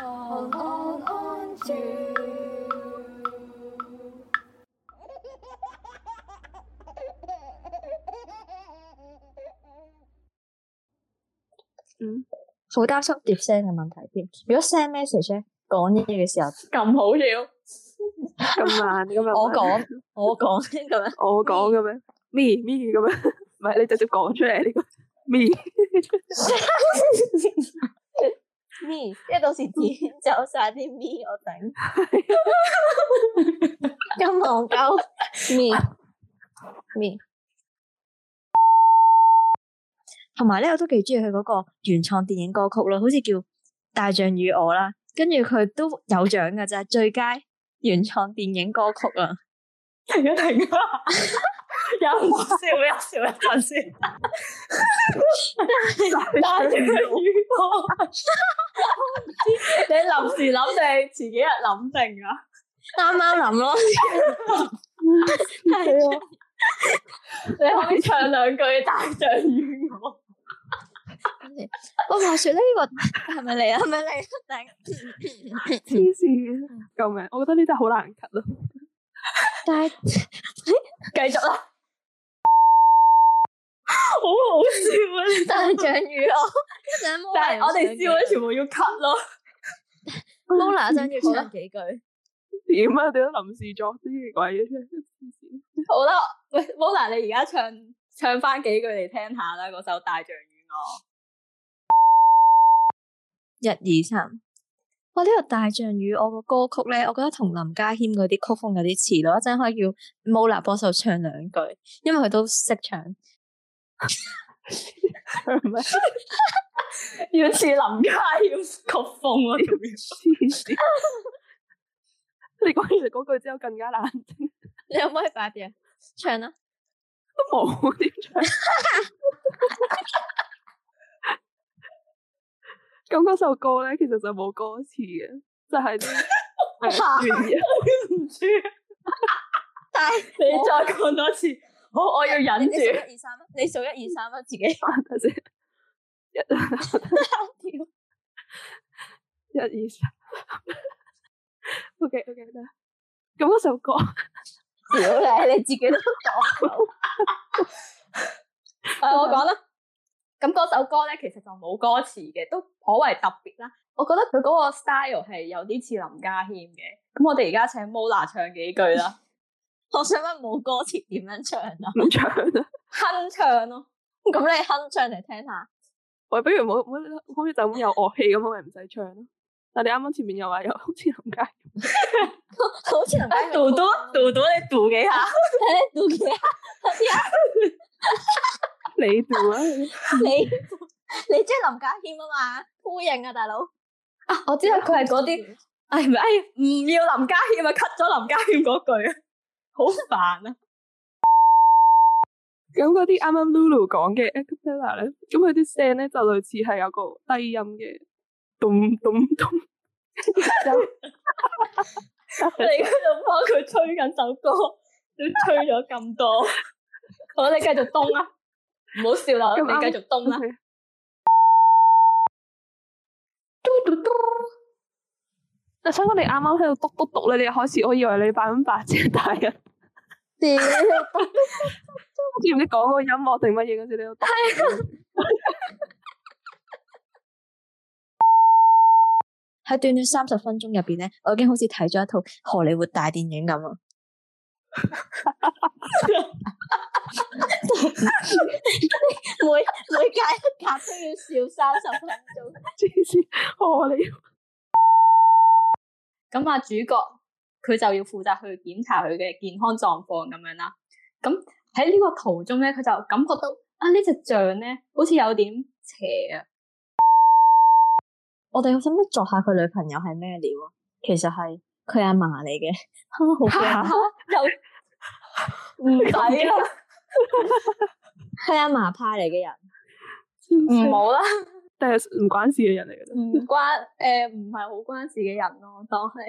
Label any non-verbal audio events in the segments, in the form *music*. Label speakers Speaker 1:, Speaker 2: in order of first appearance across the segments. Speaker 1: On, on, on two.
Speaker 2: 嗯，
Speaker 1: 好擔心碟聲嘅問題添。如果 send message 咧，講嘢嘅時候咁好笑，
Speaker 2: 咁慢咁樣，
Speaker 1: 我講 *laughs* 我講先咁樣。
Speaker 2: 我講咁樣，me me 咁樣，唔係你直接講出嚟呢個 me，
Speaker 1: 咪，即係到時剪走晒啲咪，我頂。咁戇鳩咪咪。同埋咧，我都幾中意佢嗰個原創電影歌曲咯，好似叫《大象與我》啦，跟住佢都有獎噶咋，最佳原創電影歌曲啊！
Speaker 3: 停一停啊！有笑一笑一陣先，打住雨波。你臨時諗定，前幾日諗定啊？
Speaker 1: 啱啱諗咯，
Speaker 3: 你可以唱兩句《大象與我》。
Speaker 1: *laughs* 我話說咧，呢個係咪你啊？係咪你啊？
Speaker 2: 黐線嘅，救命！我覺得呢真係好難 cut 咯。
Speaker 1: 但係
Speaker 3: *laughs* 繼續
Speaker 1: *laughs*
Speaker 3: 啦，好好笑啊！呢
Speaker 1: 大象與 *laughs* 我，
Speaker 3: 但係我哋笑咧，全部要 cut
Speaker 1: *laughs*
Speaker 3: 咯。
Speaker 1: Mola 想要唱幾句，
Speaker 2: 點啊？點都臨時作啲鬼嘢出嚟，黐線。
Speaker 3: 好啦，喂，Mona，你而家唱唱翻幾句嚟聽下啦，嗰首《大象與我
Speaker 1: 一二三。哇！呢個大象與我個歌曲咧，我覺得同林家謙嗰啲曲風有啲似咯，一陣可以叫 Mola 幫手唱兩句，因為佢都識唱。
Speaker 2: 唔係》，
Speaker 3: 要似林家要曲風啊！仲要
Speaker 2: 黐線。你講完嗰句之後更加難聽，
Speaker 1: 你可唔可以快啲啊？唱啦！
Speaker 2: 都冇點唱。 *laughs* 咁嗰首歌咧，其實就冇歌詞嘅，就係 *laughs* 啲誒原
Speaker 3: 對唔住，
Speaker 1: 但係
Speaker 3: 你再講多次，好，我要忍
Speaker 1: 你
Speaker 3: 住
Speaker 1: 數。一二三啦，啊你數一二三啦，自己。
Speaker 2: 等 *laughs* 先，一二三。O K O K 得。咁嗰首歌
Speaker 1: 屌 *laughs* 你，你自己都講 *laughs* 到。
Speaker 3: 誒、我講啦。咁嗰首歌咧，其實就冇歌詞嘅，都頗為特別啦。我覺得佢嗰個 style 係有啲似林家謙嘅。咁我哋而家請 Mola 唱幾句啦，
Speaker 1: *laughs* 我想問冇歌詞點樣唱啊？
Speaker 2: 唔唱啦，
Speaker 3: 哼唱咯。
Speaker 1: 咁你哼唱嚟聽下。
Speaker 2: 喂，不如冇冇好似就咁有樂器咁，我咪唔使唱咯。但你啱啱前面又話有好似林家，
Speaker 1: 好似能夠
Speaker 3: 嘟嘟嘟嘟，你嘟
Speaker 1: *laughs*
Speaker 3: 幾下？
Speaker 1: 喺度嘅，
Speaker 2: 你做啊？你
Speaker 3: *laughs*
Speaker 1: 你你中意林家謙啊嘛？呼應啊，大佬。
Speaker 3: 啊，我知道佢係嗰啲，唉唔係唉唔要林家謙啊，cut 咗林家謙嗰句啊，好
Speaker 1: *laughs*
Speaker 3: 煩啊！
Speaker 2: 咁嗰啲啱啱 Lulu 講嘅 a c a p e l l a 咧，咁佢啲聲咧就類似係有個低音嘅咚咚
Speaker 3: *laughs*
Speaker 2: 咚，
Speaker 3: 你喺度幫佢吹緊首歌，你吹咗咁 *laughs* 多，好，你繼續咚啦，唔好笑
Speaker 1: *laughs*
Speaker 3: 啦，
Speaker 2: 咁啱
Speaker 3: 你繼續咚啦。
Speaker 2: 嘟嘟嘟。就想講你啱啱喺度篤篤篤咧，你開始我以為你扮緊白痴大
Speaker 3: *laughs*
Speaker 2: 人，
Speaker 1: 屌，
Speaker 2: 知唔知講個音樂定乜嘢嗰時你喺度
Speaker 3: *laughs*
Speaker 2: 篤
Speaker 1: 喺短短三十分鐘入邊咧，我已經好似睇咗一套荷里活大電影咁啊！ *laughs* 每每隔一格都要笑三十分鐘。
Speaker 2: 黐線，我你
Speaker 3: 咁啊，主角佢就要負責去檢查佢嘅健康狀況咁樣啦。咁喺呢個途中咧，佢就感覺到啊，呢隻象咧好似有點邪啊。
Speaker 1: 我哋使唔使作下佢女朋友係咩料啊？其實係佢阿嫲嚟
Speaker 3: *laughs*
Speaker 1: 嘅，好驚啊！
Speaker 3: 又唔使啦，
Speaker 1: 佢阿嫲派嚟嘅人。
Speaker 3: 唔好啦，
Speaker 2: *laughs* 但係唔關事嘅人嚟嘅啫。
Speaker 3: 唔關誒，唔係好關事嘅人咯，當係。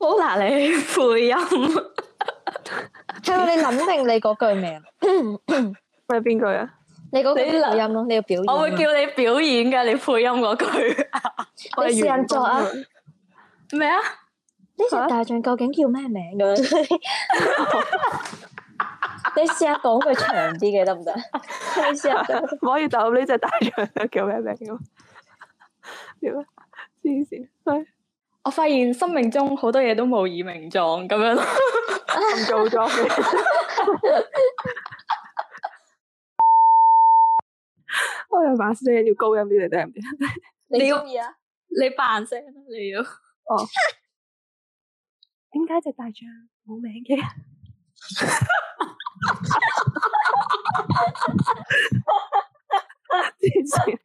Speaker 3: 好嗱，你配音
Speaker 1: 係咪你諗定你嗰句未啊？
Speaker 2: 係邊句啊？
Speaker 1: *laughs* 你嗰個
Speaker 3: 你嗱
Speaker 1: 配音咯，你要表演啊。
Speaker 3: 我會叫你表演㗎，你配音嗰句
Speaker 2: 我哋
Speaker 1: 你試下
Speaker 2: 員工
Speaker 1: 作
Speaker 3: *laughs*
Speaker 1: 啊！
Speaker 2: 啊
Speaker 1: 呢
Speaker 3: 咩啊？
Speaker 1: 隻大象究竟叫咩名咁樣？ *laughs* 你試下講句長啲嘅得唔得？你試下講
Speaker 2: *laughs* 唔可以就咁呢只大象 *laughs* 叫咩名咁？點啊？黐線，唉
Speaker 3: 我發現生命中好多嘢都無以名狀咁樣咯。
Speaker 2: 唔做作嘅。 *laughs* 我又把聲要高音啲，你聽唔聽？ *laughs*
Speaker 1: 你
Speaker 3: 要
Speaker 1: 中意啊？
Speaker 3: *laughs* 你扮聲啦，你要
Speaker 2: 點解只大象冇名嘅？黐線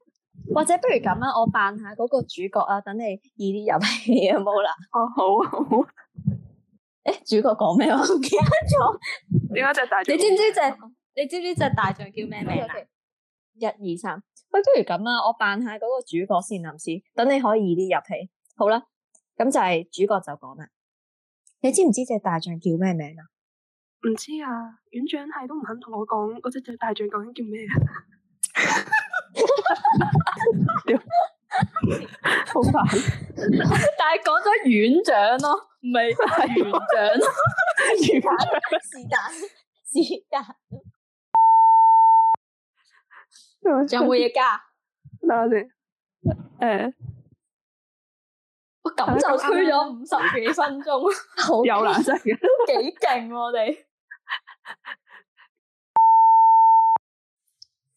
Speaker 1: 或者不如咁啊啦，我扮下嗰個主角啊，等你易啲入戲啊，冇啦。
Speaker 2: 哦，好啊好啊。
Speaker 1: 誒，主角講咩啊？我唔記得咗。
Speaker 2: 點解只大象？
Speaker 1: 你知唔知隻？
Speaker 3: 你知唔知只大象叫咩 *laughs* 名啊？
Speaker 1: 一二三，喂，不如咁啦，我扮下嗰個主角先，臨時等你可以易啲入戲。好啦，咁就係主角就講啦。你知唔知隻大象叫咩名啊？
Speaker 2: 唔知啊，院長係都唔肯同我講嗰只隻大象究竟叫咩啊？好煩！
Speaker 3: 但係講咗院長咯，唔係園長咯。 *laughs*
Speaker 1: 是但，是但，是但。
Speaker 3: 仲有冇嘢加？
Speaker 2: 等下先，誒
Speaker 3: 我咁就吹咗五十幾分鐘，
Speaker 1: 好
Speaker 2: 有啦，真係嘅。
Speaker 3: *laughs* 幾勁喎我 *laughs* 哋。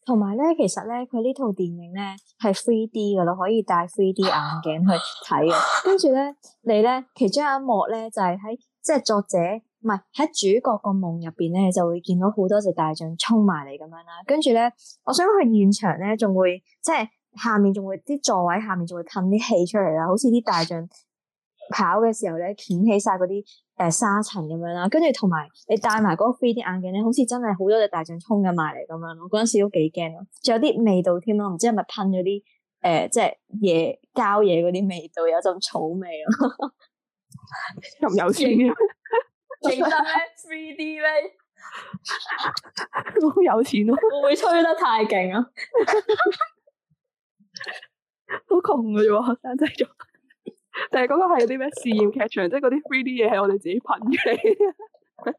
Speaker 1: 同埋咧，其實咧，佢呢套電影咧係 3D 噶啦，可以戴 3D 眼鏡去睇嘅。跟住咧，你咧其中有一幕咧，就係喺即係作者唔係喺主角個夢入邊咧，就會見到好多隻大象衝埋嚟咁樣啦。跟住咧，我想去現場咧，仲會即係下面仲會啲座位下面仲會噴啲氣出嚟啦，好似啲大象跑嘅時候咧，掀起晒嗰啲誒呃沙塵咁樣啦，跟住同埋你戴埋嗰個 3D 眼鏡咧，好似真係好多隻大象衝緊埋嚟咁樣咯。嗰陣時都幾驚咯，仲有啲味道添咯，唔知係咪噴咗啲誒即係嘢郊野嗰啲味道，有陣草味咯。
Speaker 2: 咁有錢嘅，
Speaker 3: 認真咩？three D 咩？
Speaker 2: 好有錢咯，
Speaker 3: 會唔會吹得太勁啊？
Speaker 2: 好窮嘅啫喎，學生仔做。但係嗰個係啲咩試驗劇場，即係嗰啲 3D 嘢係我哋自己噴出嚟。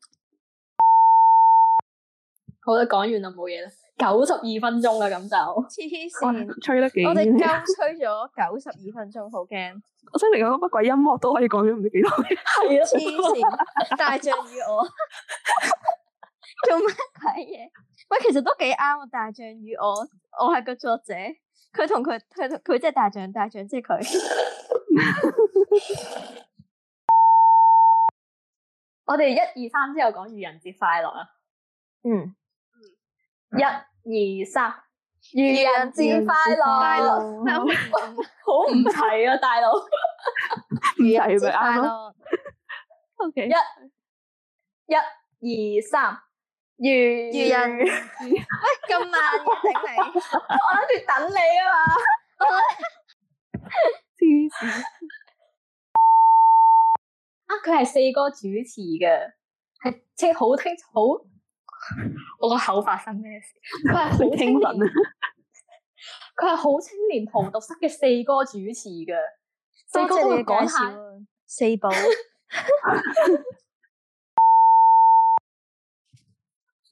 Speaker 3: 好啦，講完啦，冇嘢啦。九十二分鐘啦，咁就
Speaker 4: *laughs* 黐線，
Speaker 2: 哇吹得幾？
Speaker 4: 我哋鳩吹咗九十二分鐘，好驚！
Speaker 2: 我真係講乜鬼音樂都可以講咗唔知幾多。
Speaker 3: 係啊
Speaker 4: 黐
Speaker 1: *laughs*
Speaker 4: 線，大象與我做乜鬼嘢？喂，其實都幾啱啊！大象與我，我係個作者，佢同佢佢同佢即係大象，大象即係佢。
Speaker 3: 我哋一二三之後講愚人節快樂啊！
Speaker 1: 嗯，
Speaker 3: 一二三，愚人節快樂！
Speaker 4: 快樂咩好唔
Speaker 3: 好唔齊啊，大佬！
Speaker 2: 唔
Speaker 4: 愚人
Speaker 2: 係
Speaker 4: 節
Speaker 2: 咪
Speaker 4: 快
Speaker 2: 啱咯
Speaker 4: 樂，
Speaker 2: ？O *laughs* K，
Speaker 3: 一、二、三，愚
Speaker 4: 愚人
Speaker 3: 我
Speaker 4: 咁慢嘅頂你，
Speaker 3: 諗住等你啊嘛。
Speaker 2: 黐線。
Speaker 3: 啊，佢係四哥主持嘅，係即係好清楚。好我個口發生咩事？佢係好青年，
Speaker 2: 啊！
Speaker 3: *laughs* 佢係好青年荼毒室嘅四哥主持嘅。四
Speaker 4: 多
Speaker 3: 哥
Speaker 4: 謝
Speaker 3: 都
Speaker 4: 你
Speaker 3: 會
Speaker 4: 嘅
Speaker 3: 講
Speaker 4: 介
Speaker 3: 下
Speaker 4: 紹啊！四 *laughs* 寶，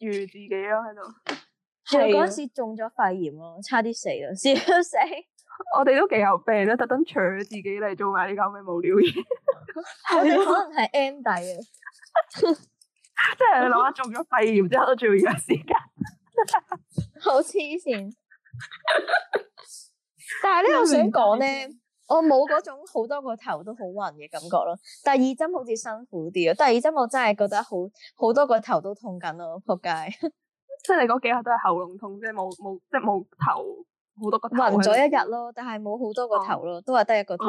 Speaker 2: 預自己咯喺度，
Speaker 4: 仲有嗰
Speaker 3: 係啊
Speaker 4: 陣時中咗肺炎咯，差啲死啦，笑 *laughs* 死！
Speaker 2: 我哋都幾有病啦，特登扯自己嚟做埋呢咁嘅無 *laughs* 聊嘢，即
Speaker 4: 我哋可能係啊 M 底啊。
Speaker 2: 係你諗下中咗肺炎之後都仲要約時間，
Speaker 4: 好黐 *laughs* 線。但係咧，我想講咧，我冇嗰種好多個頭都好暈嘅感覺咯。第二針好似辛苦啲啊，第二針我真係覺得好好多個頭都痛緊咯，仆街
Speaker 2: *laughs* 即係你嗰幾日都係喉嚨痛，即係冇冇即係冇頭好多個頭
Speaker 4: 暈咗
Speaker 2: 喺
Speaker 4: 一日咯，但係冇好多個頭咯，都係得一個頭。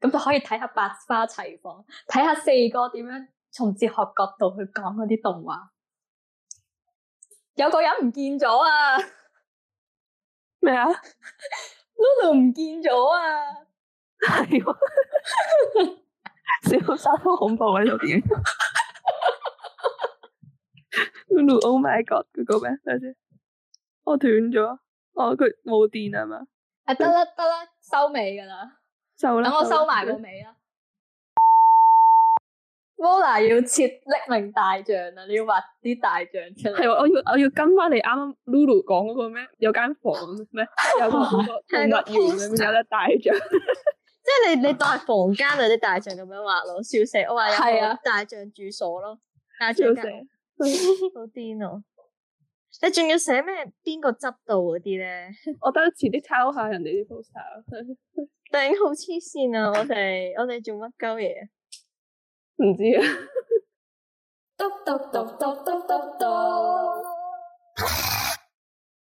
Speaker 3: 咁就可以睇下百花齊放，睇下四哥點樣從哲學角度去講嗰啲動畫。有個人唔見咗啊
Speaker 2: 度咩啊？
Speaker 3: *laughs* ，Lulu 唔見咗啊！
Speaker 2: 係喎，小學生好恐怖啊！呢套電影， Oh my god！佢講咩？等陣先，我斷咗。哦，佢冇電啊嘛，
Speaker 3: 啊得啦得啦，收尾噶啦，
Speaker 2: 收啦。
Speaker 3: 等我
Speaker 2: 啦
Speaker 3: 收埋個尾啦。Mola 要設匿名大象啊！你要畫啲大象出嚟
Speaker 2: 係。喎我要我要跟翻你啱啱 Lulu 講嗰個咩？有間房咩？有個動物
Speaker 1: 係個
Speaker 2: 園裏面有得大象。
Speaker 1: 即係你
Speaker 3: 啊
Speaker 1: 你當係房間有啲大象咁樣畫咯，笑死！我話有
Speaker 3: 係啊
Speaker 1: 個大象住所咯，大象間屋好癲哦！你仲要寫咩？邊個執到嗰啲咧？
Speaker 2: 我等遲啲抄下人哋啲 poster，
Speaker 1: 頂好黐線啊！我哋我哋做乜鳩嘢啊？
Speaker 2: 唔知啊。
Speaker 3: 嘟嘟嘟嘟嘟嘟嘟。